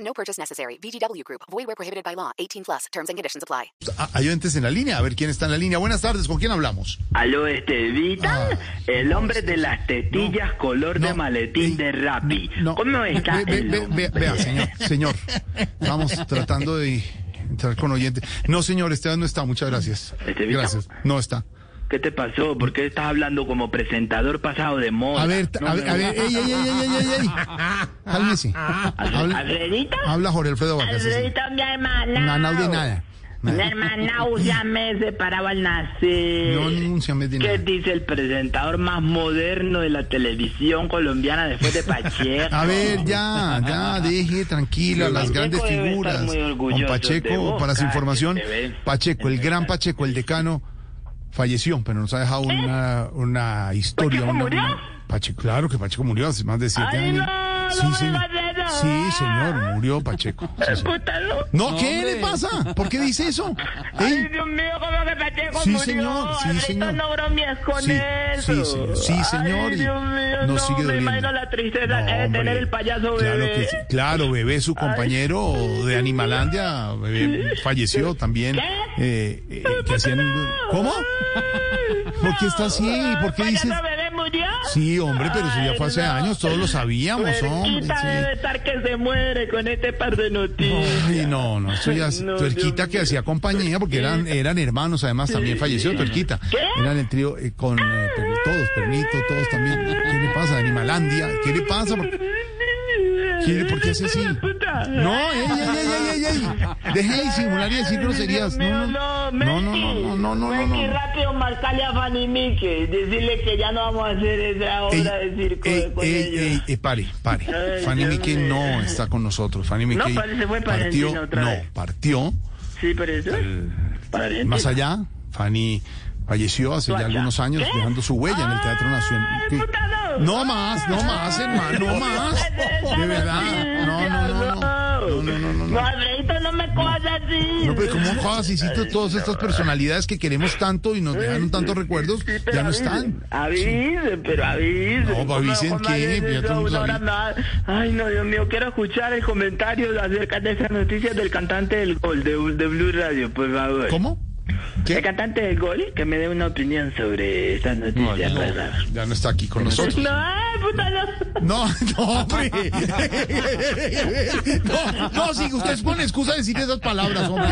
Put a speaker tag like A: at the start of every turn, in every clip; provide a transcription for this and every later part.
A: No purchase necessary. VGW Group. Void where prohibited by law. 18 plus. Terms and conditions apply.
B: Ah, Hay oyentes en la línea, a ver quién está en la línea. Buenas tardes, ¿con quién hablamos?
C: Aló, este Vital, el hombre de las tetillas color de
B: Ah. no,
C: maletín
B: eh,
C: de Rappi.
B: no.
C: ¿Cómo está
B: Ve- ve-
C: el
B: ve-
C: hombre?
B: ve- vea, señor, señor, estamos tratando de entrar con oyente. No, señor, Esteban no está, muchas gracias.
C: Este, Vita.
B: Gracias, no está.
C: ¿Qué te pasó? ¿Por qué estás hablando como presentador pasado de moda?
B: A ver, t-
C: No,
B: a ver,
C: no,
B: a ver,
C: no.
B: ey, ey, ey, ey, ey, ey, ey. Cálmese. Habla,
D: ¿Alfredita?
B: habla Jorge Alfredo Vargas. sí, sí.
D: Alfredita, mi
B: No,
D: hermana.
B: no, de nada.
D: Mi hermana ya me separaba al nacer.
B: No, anuncia, me de
C: ¿Qué
B: nada.
C: dice el presentador más moderno de la televisión colombiana después de Pacheco?
B: A ver, ya, ya, deje tranquila las
C: Pacheco
B: grandes
C: debe estar
B: figuras.
C: muy orgulloso
B: Con
C: de
B: Pacheco,
C: vos,
B: para su
C: cada que
B: información,
C: te ve.
B: Pacheco, el gran Pacheco, el decano, falleció, pero nos ha dejado una, una historia.
D: ¿Pacheco
B: una-
D: murió?
B: Pacheco, claro que Pacheco murió hace más de siete
D: Ay,
B: años.
D: no,
B: sí,
D: no me
B: señor.
D: digas eso.
B: sí, señor, murió Pacheco. Sí, sí.
D: Puta, no.
B: No, ¿qué le pasa? ¿Por qué dice eso?
D: Ay,
B: ¿Eh?
D: Dios mío, cómo que Pacheco
B: Sí,
D: murió.
B: señor, sí,
D: Alfredito,
B: señor.
D: no bromees con
B: Sí,
D: eso.
B: sí, señor, sí, señor,
D: Ay,
B: y
D: Dios mío,
B: nos
D: no,
B: sigue
D: me
B: doliendo.
D: imagino la tristeza
B: No,
D: que debe
B: hombre.
D: tener el payaso
B: claro
D: bebé.
B: que sí. Claro, bebé, su compañero de Animalandia, bebé, falleció también. Eh, eh, que hacían- ¿Cómo? ¿Por qué está así? ¿Por qué
D: ¿El
B: dices?
D: payaso bebé murió?
B: Sí, hombre, pero eso ya fue hace años, todos lo sabíamos, hombre.
D: Puerquita debe
B: sí.
D: estar que se muere con este par de noticias.
B: Ay, no, no, eso ya
D: No,
B: Tuerquita
D: Dios
B: que
D: mío.
B: hacía compañía, porque eran, eran hermanos, además también falleció Tuerquita. Eran el trío eh, con eh, per- todos, Pernito, todos también. ¿Qué le pasa? Animalandia, ¿qué le pasa? ¿Por- ¿Quiere- ¿Por qué hace así?
D: Puta.
B: No, ey, ey, ey, ey, ey, ey. Deje de disimular y decir groserías. No, no, no, no, no, no, no, no,
D: Menky,
B: no.
D: rápido, marcarle a Fanny Mique, decirle que ya no vamos a hacer esa
B: Ey,
D: obra de circo
B: ey,
D: con
B: ey,
D: ellos.
B: ey, ey, pare, pare.
D: Ay,
B: Fanny
D: Dios
B: Mickey
D: mío.
B: no está con nosotros. Fanny Mickey
D: parece que fue para
B: partió,
D: Argentina otra
B: no,
D: vez.
B: partió
D: Sí, pero eso es para Argentina.
B: más allá. Fanny falleció hace ya
D: allá.
B: algunos años
D: ¿Qué?
B: dejando su huella en el Teatro Nacional.
D: Ay,
B: ¿Qué?
D: puta, no.
B: No más, no más, hermano, no más. De verdad. No, no, no, no. No, no, no, no.
D: No,
B: no.
D: Alfredito, no me cojas así.
B: No, pero como jodas, hiciste todas estas personalidades que queremos tanto y nos dejaron tantos recuerdos,
D: Sí, pero
B: ya no
D: avisen,
B: están.
D: Avisen, pero avisen.
B: No,
D: ¿Cómo-
B: avisen
D: cómo
B: qué?
D: avisen
B: Pero ya todo el
D: eso?
B: mundo
D: Una
B: avisa.
D: hora más. Ay, no, Dios mío, quiero escuchar el comentario acerca de esas noticias del cantante del gol de, de Blue Radio, por favor.
B: ¿Cómo?
D: El cantante del gol, que me dé una opinión sobre esas
B: No,
D: noticias,
B: ya no,
D: ¿verdad?
B: ya no está aquí con nosotros.
D: No, ay, puta, no.
B: No, no, hombre. No, no, sí, ustedes ponen excusa de decir esas palabras, hombre.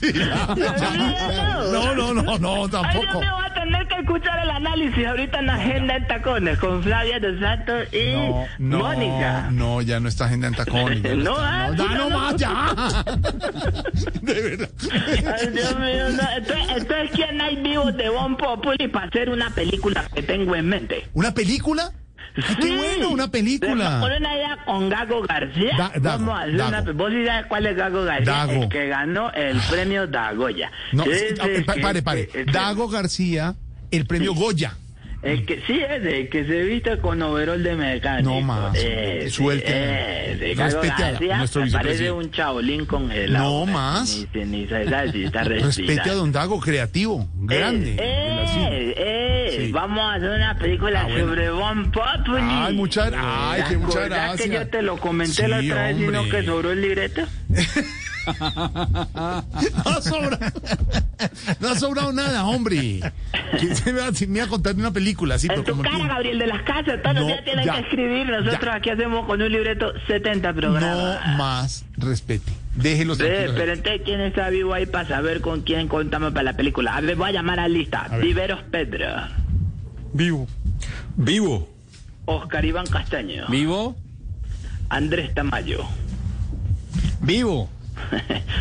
B: Sí, ya, ya. No, no, no, no,
D: Ay, Dios
B: tampoco.
D: mío, voy a tener que escuchar el análisis ahorita en la agenda en tacones con Flavia de Santos y
B: No, no,
D: Mónica.
B: no, ya no está agenda en tacones. ya
D: No,
B: está,
D: ah,
B: ya
D: puta,
B: no
D: no.
B: más, ya. De verdad.
D: Ay, Dios mío, no. Entonces, entonces, ¿quién hay vivo de Bon Populi para hacer una película que tengo en mente?
B: ¿Una película? Ay, Ah, ¡Qué
D: Sí.
B: bueno, una
D: Con
B: película!
D: una idea con Gago García.
B: Da- Dago,
D: Vamos a hacer
B: Dago.
D: una pe- ¿Vos sí sabés cuál es Gago García?
B: Dago.
D: El que ganó el premio Dagoya.
B: No,
D: Ese
B: sí, ah, pa-
D: que-
B: pare, pare.
D: que-
B: Dago García, el premio Goya.
D: El que sí es el que se viste con overol de mecánico.
B: No
D: Eh,
B: más.
D: Ese,
B: Suélteme.
D: ese. Gago
B: Respete a
D: García
B: nuestro
D: me parece
B: vicepresidente.
D: un chabolín con helado.
B: No más.
D: Ni ceniza, esa sí está
B: Respete a
D: respirando.
B: don Dago, creativo, grande. de la cine.
D: Eh, eh,
B: Sí.
D: Vamos a hacer una película
B: Ah, bueno.
D: sobre Bon Populi.
B: Ay, muchas- ay,
D: ¿Te
B: que muchas
D: acordás que
B: gracias.
D: yo te lo comenté la
B: Sí,
D: otra vez, sino
B: hombre.
D: que sobró el libreto?
B: No ha sobrado, no ha sobrado nada, hombre. ¿Quién se me va, a- si me va a contar de una película? Así,
D: En
B: pero
D: tu
B: como
D: cara,
B: tú.
D: Gabriel de las Casas. Todos los
B: No,
D: días tienen
B: ya,
D: que escribir. Nosotros
B: ya.
D: aquí hacemos con un libreto 70
B: No
D: programas.
B: más respete. Déjelo
D: Ve,
B: tranquilo.
D: pero entonces, ¿quién está vivo ahí para saber con quién contamos para la película? A ver, voy a llamar a lista.
B: ver.
D: Viveros Pedro.
B: Vivo.
E: Vivo.
D: Oscar Iván Castaño.
E: Vivo.
D: Andrés Tamayo.
E: Vivo.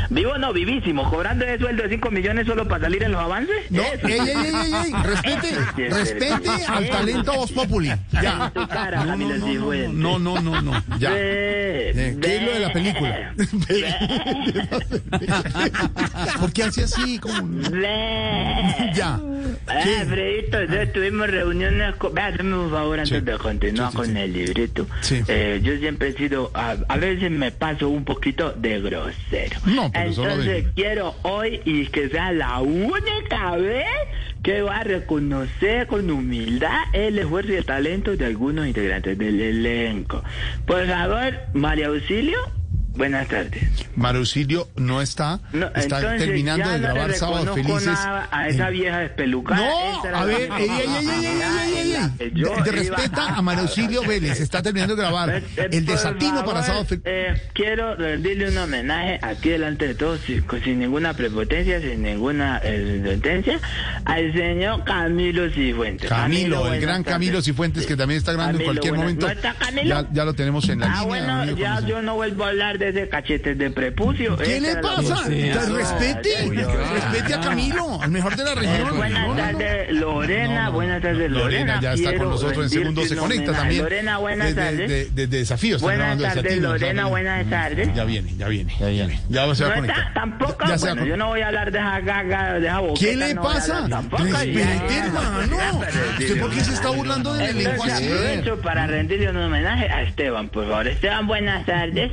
D: Vivo no, vivísimo. Cobrando ese sueldo de 5 millones solo para salir en los avances.
B: No,
D: Eso.
B: ey, ey, ey, ey, ey, respete,
D: Eso sí es
B: respete
D: verdad.
B: al talento Voz Populi. Ya.
D: En tu cara,
B: No, no,
D: Camilo
B: no,
D: Cifuentes.
B: no, no, no, no, no, ya. Eh,
D: Ve,
B: película. ¿Por qué hace así? Como...
D: Ble.
B: Ya.
D: Ah,
B: ¿Qué?
D: Fredito, entonces tuvimos reuniones con... Vea, dame un favor antes
B: Sí.
D: de continuar
B: Sí, sí,
D: con
B: sí.
D: el librito.
B: Sí.
D: Eh, yo siempre he sido... A, a veces me paso un poquito de grosero.
B: No, pero eso lo
D: Entonces
B: de-
D: quiero hoy y que sea la única vez que va a reconocer con humildad el esfuerzo y el talento de algunos integrantes del elenco. Por favor, María Auxilio, buenas tardes.
B: Marusilio no está.
D: No,
B: está
D: entonces,
B: terminando
D: ya
B: de
D: no le
B: grabar Sábados
D: reconozco
B: Felices.
D: nada a esa
B: en-
D: vieja despelucada.
B: No,
D: Esa era
B: a
D: la
B: ver,
D: que
B: ey,
D: iba
B: ey, ey, ey, ey, ey, ey,
D: en la
B: ey.
D: que yo
B: Te
D: iba
B: respeta a Marusilio Vélez, está terminando de grabar.
D: Eh,
B: El
D: por
B: desatino para
D: favor,
B: Sábados Felices.
D: eh, quiero rendirle un homenaje aquí delante de todos, sin, sin ninguna prepotencia, sin ninguna eh, sentencia, al señor Camilo Cifuentes.
B: Camilo, el
D: buenas
B: gran
D: tardes.
B: Camilo Cifuentes, que también está grabando en
D: Camilo,
B: cualquier
D: buenas-
B: momento.
D: ¿No está Camilo?
B: Ya, ya lo tenemos en la
D: Ah,
B: línea.
D: bueno,
B: amigo,
D: ya
B: con-
D: yo no vuelvo a hablar de ese cachete de prepucio.
B: ¿Qué
D: Esa
B: le
D: era la
B: pasa?
D: que-
B: Te respete,
D: Ay, ay, ay.
B: respete a Camilo, al mejor de la
D: Eh,
B: región. No,
D: buenas
B: no, no.
D: tardes,
B: No,
D: Lorena.
B: no,
D: buenas tardes, Lorena.
B: Lorena ya está con
D: Quiero
B: nosotros en
D: rendirte
B: segundo, se
D: un
B: conecta
D: homenaje.
B: también. eh,
D: Lorena, buenas
B: De- de-
D: tardes.
B: De, de- de desafíos. están
D: Buenas
B: grabando
D: tardes,
B: desatinos, ya
D: Lorena,
B: viene.
D: buenas tardes.
B: Ya viene, ya viene. Ya, viene. ya se va
D: no
B: a conectar.
D: está tampoco.
B: Ya se va a
D: bueno, yo
B: conectar.
D: no voy a hablar de esa gaga, de esa boqueta,
B: ¿Qué le
D: no voy a
B: pasa?
D: hablar tampoco, ya,
B: Respete,
D: ya,
B: hermano.
D: ya, pero-
B: ¿Usted por qué se está burlando de mi lengua
D: Entonces
B: así?
D: aprovecho para rendirle un homenaje a Esteban, por favor. Esteban, buenas tardes.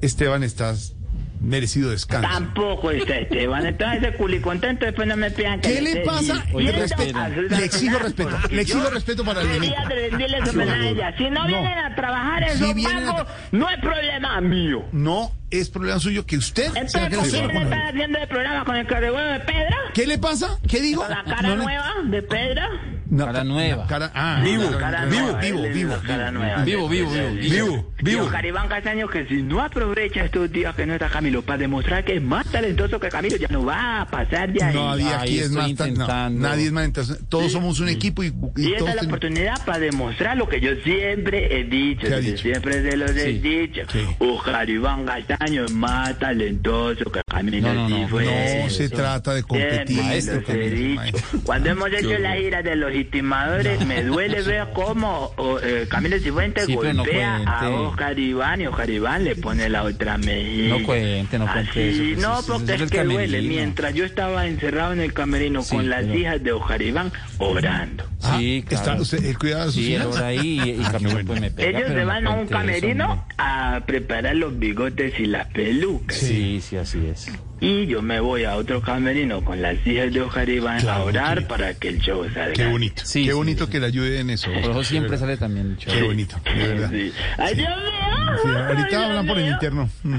B: Esteban, estás merecido descanso.
D: Tampoco está Esteban. Entonces ese culicontento después no me pidan que
B: ¿Qué le pasa?
D: Oye,
B: Le respeto, le exijo respeto, le exijo respeto para el
D: Debería
B: delito.
D: rendirle ese homenaje ya. Si no,
B: No.
D: vienen a trabajar
B: Si
D: esos
B: vienen a
D: pagos,
B: tra-
D: no es problema mío.
B: No es problema suyo que usted sea
D: Entonces, ¿con
B: grosero
D: quién
B: con él.
D: está haciendo el programa? ¿Con el carrehuevo de Pedro?
B: ¿Qué le pasa? ¿Qué digo?
D: ¿Con la cara
B: No le-
D: nueva de Pedro?
B: No,
F: Cara
B: ca-
F: nueva.
B: cara- ah,
F: Vivo,
B: cara-
D: Cara
B: vivo,
D: nueva,
B: vivo,
D: él es
B: vivo,
D: la cara
B: vivo.
D: nueva.
F: Vivo, vivo, vivo,
D: Vivo,
F: vivo,
D: vivo. Caribán Castaño que si no aprovecha estos días que no está Camilo para demostrar que es más talentoso que Camilo, ya no va a pasar de ahí.
B: No, había aquí
F: Ahí
B: es
F: estoy
B: más tan- no,
F: intentando.
B: nadie es más entonces, todos somos un equipo y, y
D: Y esta
B: todos
D: es la
B: ten-
D: oportunidad para demostrar lo que yo siempre he dicho,
B: ¿Qué ha
D: que
B: dicho?
D: siempre se los he
F: Sí,
D: dicho.
B: sí.
D: Ojalá Iván Castaño es más talentoso que Camilo
F: No, no, no,
D: Cifuentes.
B: no se trata de competir,
D: Siempre
B: maestro,
D: los he
B: Camilo,
D: dicho.
B: maestro.
D: Cuando hemos hecho la gira de los legitimadores, me duele ver cómo o, eh, Camilo Cifuentes
F: Sí, pero no
D: golpea a
F: cuente.
D: Oscar Iván y Oscar Iván le pone la otra mejilla.
F: No cuente, no cuente
D: Así,
F: eso, pues,
D: no,
F: eso es
D: porque
F: del
D: es que duele.
F: camerino.
D: Mientras yo estaba encerrado en el camerino
F: Sí,
D: con las
F: pero-
D: hijas de Oscar Iván orando.
B: Ah,
F: Sí, claro.
B: está usted, el cuidado de Ah, sus
F: eh, Sí, él
B: hijas.
F: ora ahí y, y
B: Ah, qué
F: Camilo
B: bueno.
F: pues me pega.
D: Ellos
F: pero
D: se
F: no
D: van a un
F: cuente eso, hombre.
D: camerino a preparar los bigotes y las pelucas.
F: Sí, sí, así es.
D: Y yo me voy a otro camerino con las hijas de Oscar Iván
B: Claro,
D: a orar
B: sí.
D: para que el show salga.
B: Qué bonito,
F: Sí,
B: qué
F: sí,
B: bonito
F: sí.
B: que le ayude en eso.
F: Por eso siempre
B: de verdad.
F: sale también
B: Qué
F: chévere.
B: bonito, de verdad.
D: Sí. Ay, Dios mío.
B: Sí,
D: Ay, Dios
B: ahorita hablan por el
D: mío.
B: interno. Mm.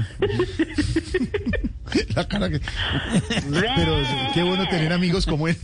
B: la cara que... Pero qué bueno tener amigos como él.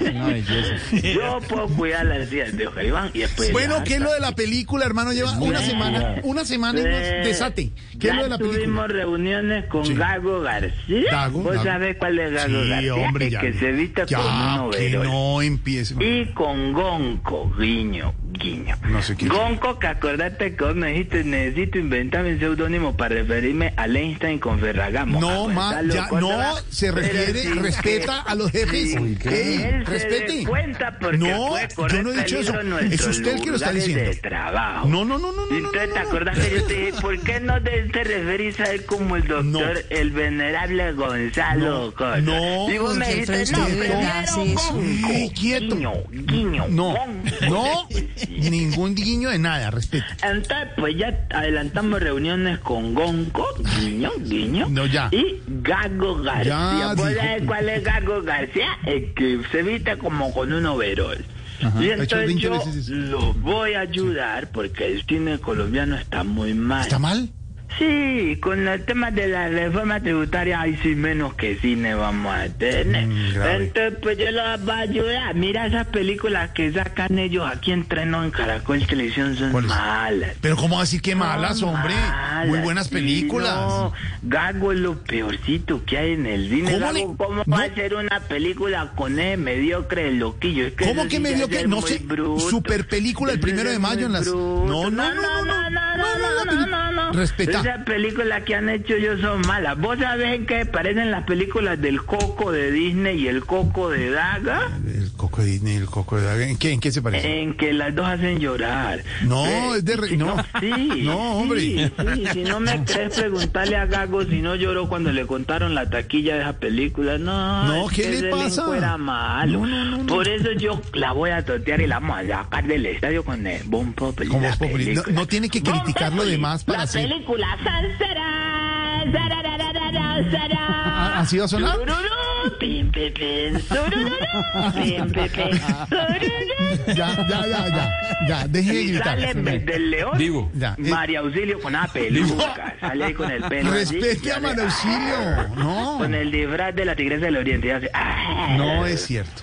F: Una belleza.
D: Yo puedo cuidar las hijas de Oscar Iván y después.
B: Bueno,
D: la-
B: ¿qué es lo de la película, hermano? Lleva una semana, una semana y no es- desate. ¿Qué es
D: Pues Eh, Ya
B: lo de la película?
D: Tuvimos reuniones con
B: Sí.
D: Gago García.
B: Gago,
D: ¿Vos
B: Gago.
D: sabés cuál es Gago
B: Sí,
D: García?
B: hombre,
D: El
B: ya.
D: que se vista
B: Ya,
D: con un
B: que
D: overol.
B: no empiece.
D: Y con Gonco, guiño, guiño.
B: No sé quién es.
D: Gonco, que acordate que vos me dijiste, necesito inventarme un seudónimo para referirme al Einstein con Ferragamo. Ah,
B: No, ma,
D: Acordalo,
B: ya, no,
D: Córdoba.
B: se
D: Pero
B: refiere,
D: sí que-
B: respeta a los jefes.
D: sí
B: Ey,
D: que él se
B: respete.
D: dé cuenta porque
B: No,
D: fue este
B: yo no he dicho eso.
D: correr peligro
B: Es
D: en
B: usted el que lo está
D: nuestros
B: diciendo.
D: lugares de trabajo.
B: No, no, no, no, no, no,
D: Entonces, ¿te
B: no, no.
D: acordás que yo te dije, por qué no te, te referís a él como el doctor,
B: No.
D: el venerable Gonzalo
B: No,
D: Córdoba?
B: no,
D: Y vos me
G: ¿quién
D: dijiste,
G: sabe
D: no,
G: usted de
D: prefiero
G: dónde hace eso?
D: Gonco.
B: Ey, quieto.
D: Guiño, guiño.
B: No,
D: Gonco.
B: no, ningún guiño de nada, respete.
D: Entonces, pues ya adelantamos reuniones con Gonco, guiño, guiño.
B: No, ya.
D: Y Gago García.
B: Ya,
D: ¿Vos
B: dijo-
D: sabés cuál es Gago García? El que se viste como con un overol. Y
B: ha hecho
D: entonces
B: 20
D: yo
B: veces eso.
D: los voy a ayudar porque el cine colombiano está muy mal.
B: ¿Está mal?
D: Sí, con el tema de la reforma tributaria, ahí sí menos que cine vamos a tener.
B: Mm, grave.
D: Entonces, pues yo los voy a ayudar. Mira esas películas que sacan ellos aquí en Treno, en Caracol Televisión, son
B: ¿Cuáles?
D: malas.
B: Pero ¿cómo va a decir que malas,
D: Son
B: hombre?
D: malas,
B: Muy buenas
D: Ah, sí,
B: películas.
D: no. Gago es lo peorcito que hay en el cine.
B: ¿Cómo
D: Gago,
B: le-
D: ¿Cómo
B: no?
D: va a hacer una película con ese mediocre loquillo? Es que
B: ¿Cómo
D: eso
B: que
D: sí
B: me
D: ya
B: dio
D: es
B: que
D: ser
B: no
D: muy
B: sé?
D: bruto.
B: Super película el
D: Eso
B: primero
D: es
B: de mayo en
D: muy
B: las.
D: bruto.
B: No, no, no, no,
D: no, no, no,
B: pero-
D: no, no, no.
B: Respeta.
D: Esas películas que han hecho ellos son malas. ¿Vos sabés en qué parecen las películas del Coco de Disney y el Coco de Daga?
B: El coco Coco de Disney y el Coco de Daga, ¿en qué, en qué se parece?
D: En que las dos hacen llorar.
B: No,
D: Eh,
B: es de re-
D: si
B: no.
D: Eh, sí,
B: No, hombre.
D: sí, sí, si no me crees, preguntarle a Gago si no lloró cuando le contaron la taquilla de esa película. No,
B: No,
D: es
B: ¿qué
D: que
B: le
D: ese
B: pasa?
D: elenco era malo.
B: No, no, no, no.
D: Por eso yo la voy a totear y la vamos a sacar del estadio con el Bon Populi.
B: Con
D: la
B: Voz Populi. No-
D: película.
B: no tiene que
D: Bon
B: criticar lo
D: Populi,
B: demás para
D: La
B: hacer-
D: película Sansara, sararararara, sará.
B: ¿Así va a sonar?
D: Tururú, pim, pim, pim, sururú, pim, pim, pim, sururú.
B: Ya, ya, ya, ya, ya, deje de
D: Y
B: gritar.
D: sale en- del león.
G: Digo.
B: Ya, eh,
D: María Auxilio con una peluca. Sale ahí con el pelo. allí, y
B: respete a
D: sale,
B: María Auxilio, no,
D: Con el disfraz de la tigresa del oriente. Y, hace, ah.
B: no es cierto.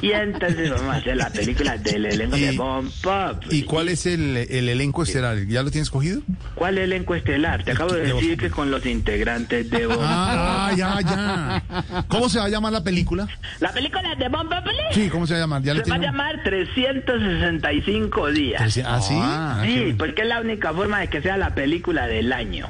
D: y entonces vamos a hacer la película del elenco
B: Y-
D: de Bomb Pop.
B: ¿Y cuál es el, el elenco estelar? ¿Ya lo tienes cogido?
D: ¿Cuál elenco estelar? Te acabo de
B: de Voz
D: decir que con los integrantes de Bomb
B: Ah, ya, ya. ¿Cómo se va a llamar la película?
D: La película de Bomb Pop ¿eh?
B: Sí, ¿cómo se va a llamar? ¿Ya lo
D: se va a
B: tiene?
D: llamar 365 días.
B: Ah, sí. Ah, qué
D: Sí, pues,
B: bueno.
D: porque es la única forma de que sea la película del año.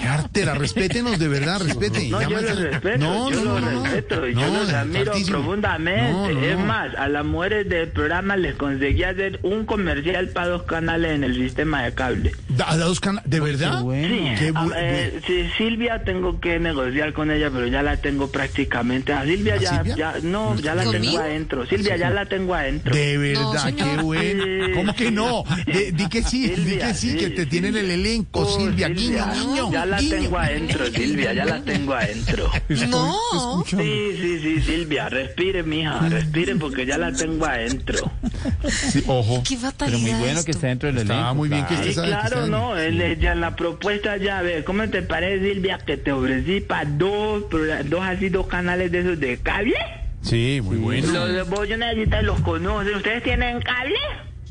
B: Qué artera, respétenos de verdad, respeten.
D: No,
B: Ya
D: yo
B: más-
D: los respeto,
B: no, no,
D: yo los
B: no, no.
D: respeto, yo
B: No,
D: los admiro
B: hartísimo.
D: profundamente.
B: No, no,
D: Es
B: no.
D: más, a las mujeres del programa les conseguí hacer un comercial para dos canales en el sistema de cable.
B: Da- da dos cana- ¿De verdad?
F: bueno.
B: Qué bu-
D: A- eh, sí, Silvia tengo que negociar con ella, pero ya la tengo prácticamente. A Silvia
B: ¿A
D: ya,
B: Silvia?
D: ya, no, ya la
H: ¿Conmigo?
D: tengo adentro. Silvia ya la tengo adentro.
B: De verdad,
H: señor.
B: qué bueno. ¿Cómo que no? De- di que sí, di que sí, que te tienen el elenco,
D: Oh,
B: Silvia. Guiño, guiño.
D: Ya la
B: guiño.
D: tengo adentro, Silvia, ya la tengo adentro.
H: No.
D: Sí, sí, sí, Silvia, respire, mija, respire porque ya la tengo adentro.
B: Sí, ojo.
H: Qué
F: Pero
H: fatalidad.
F: muy bueno que
H: esto.
F: está dentro del elenco.
B: Estaba muy bien que
F: claro.
B: usted
D: Sí,
B: sabe que
D: claro,
B: está
D: no, en, el- ya en la propuesta ya, a ver, ¿cómo te parece, Silvia, que te ofrecí para dos, pro- dos así, dos canales de esos de cable?
B: Sí, muy bueno.
D: Los de vos, yo necesito los conocen, ¿ustedes tienen cable?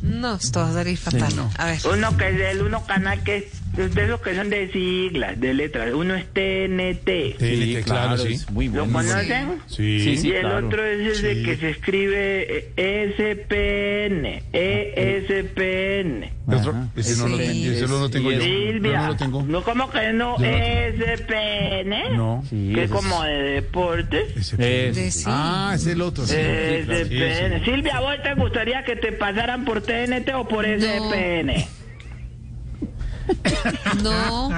H: No, esto va a salir fatal. A ver.
D: Uno que es el uno canal que es de esos que son de siglas, de letras, uno es TNT,
B: Sí,
F: Sí, claro, sí. Muy
D: ¿lo
F: bueno.
D: conocen?
B: Sí.
F: Sí, sí.
D: Y el
F: claro.
D: otro es el
B: Sí.
D: de que se escribe eh, SPN, E ESPN.
B: El otro-
F: Ajá.
B: ese no lo
H: Sí.
B: tengo, ese no lo tengo yo. Yo
D: Silvia,
B: no lo tengo.
D: como que no? E
B: Yo no lo
D: SPN.
B: No.
F: Sí,
D: que
F: ese
D: como de deportes.
B: Ese-
F: Es,
H: De sí.
B: Ah, es el otro. sí.
D: SPN.
B: Sí, sí.
D: Silvia, ¿vos te gustaría que te pasaran por TNT o por SPN?
H: No.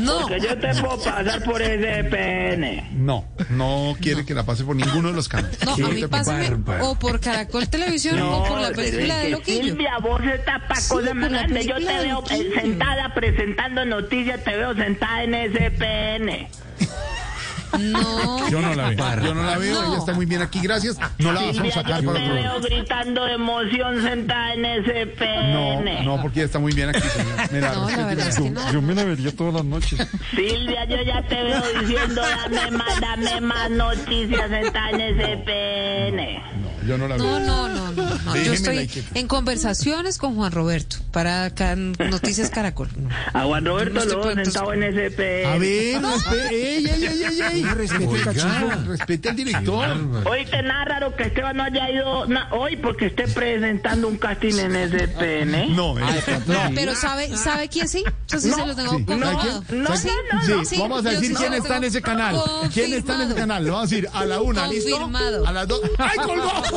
H: No.
D: Que yo te puedo pasar por SPN.
B: No, no quiere que la pase por ninguno de los canales.
H: No, a mí pásame
I: bárbaro.
H: o por Caracol Televisión o por la
D: pero
H: película
D: es
H: de
D: que
H: Loquillo.
D: Silvia, vos estás para
H: Sí,
D: cosas más
H: por la
D: grandes. Yo
H: película
D: te
H: de
D: veo eh,
H: Loquillo.
D: sentada presentando noticias, te veo sentada en SPN.
H: No.
B: Yo no la veo. Yo no la veo.
H: No.
B: Ella está muy bien aquí. Gracias. No la vamos a
D: Silvia,
B: sacar
D: yo
B: para
D: te
B: otro
D: veo
B: lado.
D: gritando de emoción sentada en SPN.
B: No, no, porque ella está muy bien aquí, señor. Me la
H: No, la
B: respeto.
H: verdad es que no.
F: me la vería todas las noches.
D: Silvia, yo ya te veo diciendo, dame más, dame más noticias, está en SPN.
B: Yo no la
H: No,
B: veo.
H: no, no, no, no. Yo
B: Déjemela
H: estoy
B: quieta.
H: en conversaciones con Juan Roberto para ca- Noticias Caracol. No.
D: A Juan
H: No
D: Roberto
H: estoy
D: lo veo
H: puesto.
D: sentado en SPN.
B: A ver, respete. Ey, ey, ey, ey, ey. Respete, cachorro. Respete al director.
D: Hoy te nada raro que Esteban no haya ido na- hoy porque esté presentando un casting en SPN.
B: No, eh.
H: Pero sabe, sabe quién sí. Eso sí se lo tengo
B: Sí.
H: comprobado.
B: ¿Sabe quién?
H: Sí,
B: Ah, Sí,
H: sí,
B: vamos a
H: yo
B: decir
H: sí se
B: quién
H: lo
B: está en
H: tengo
B: ese canal. ¿Quién está en ese
H: confirmado.
B: canal? Lo vamos a decir a la una, ¿listo?
H: Confirmado.
B: A las dos. ¡Ay, colgó!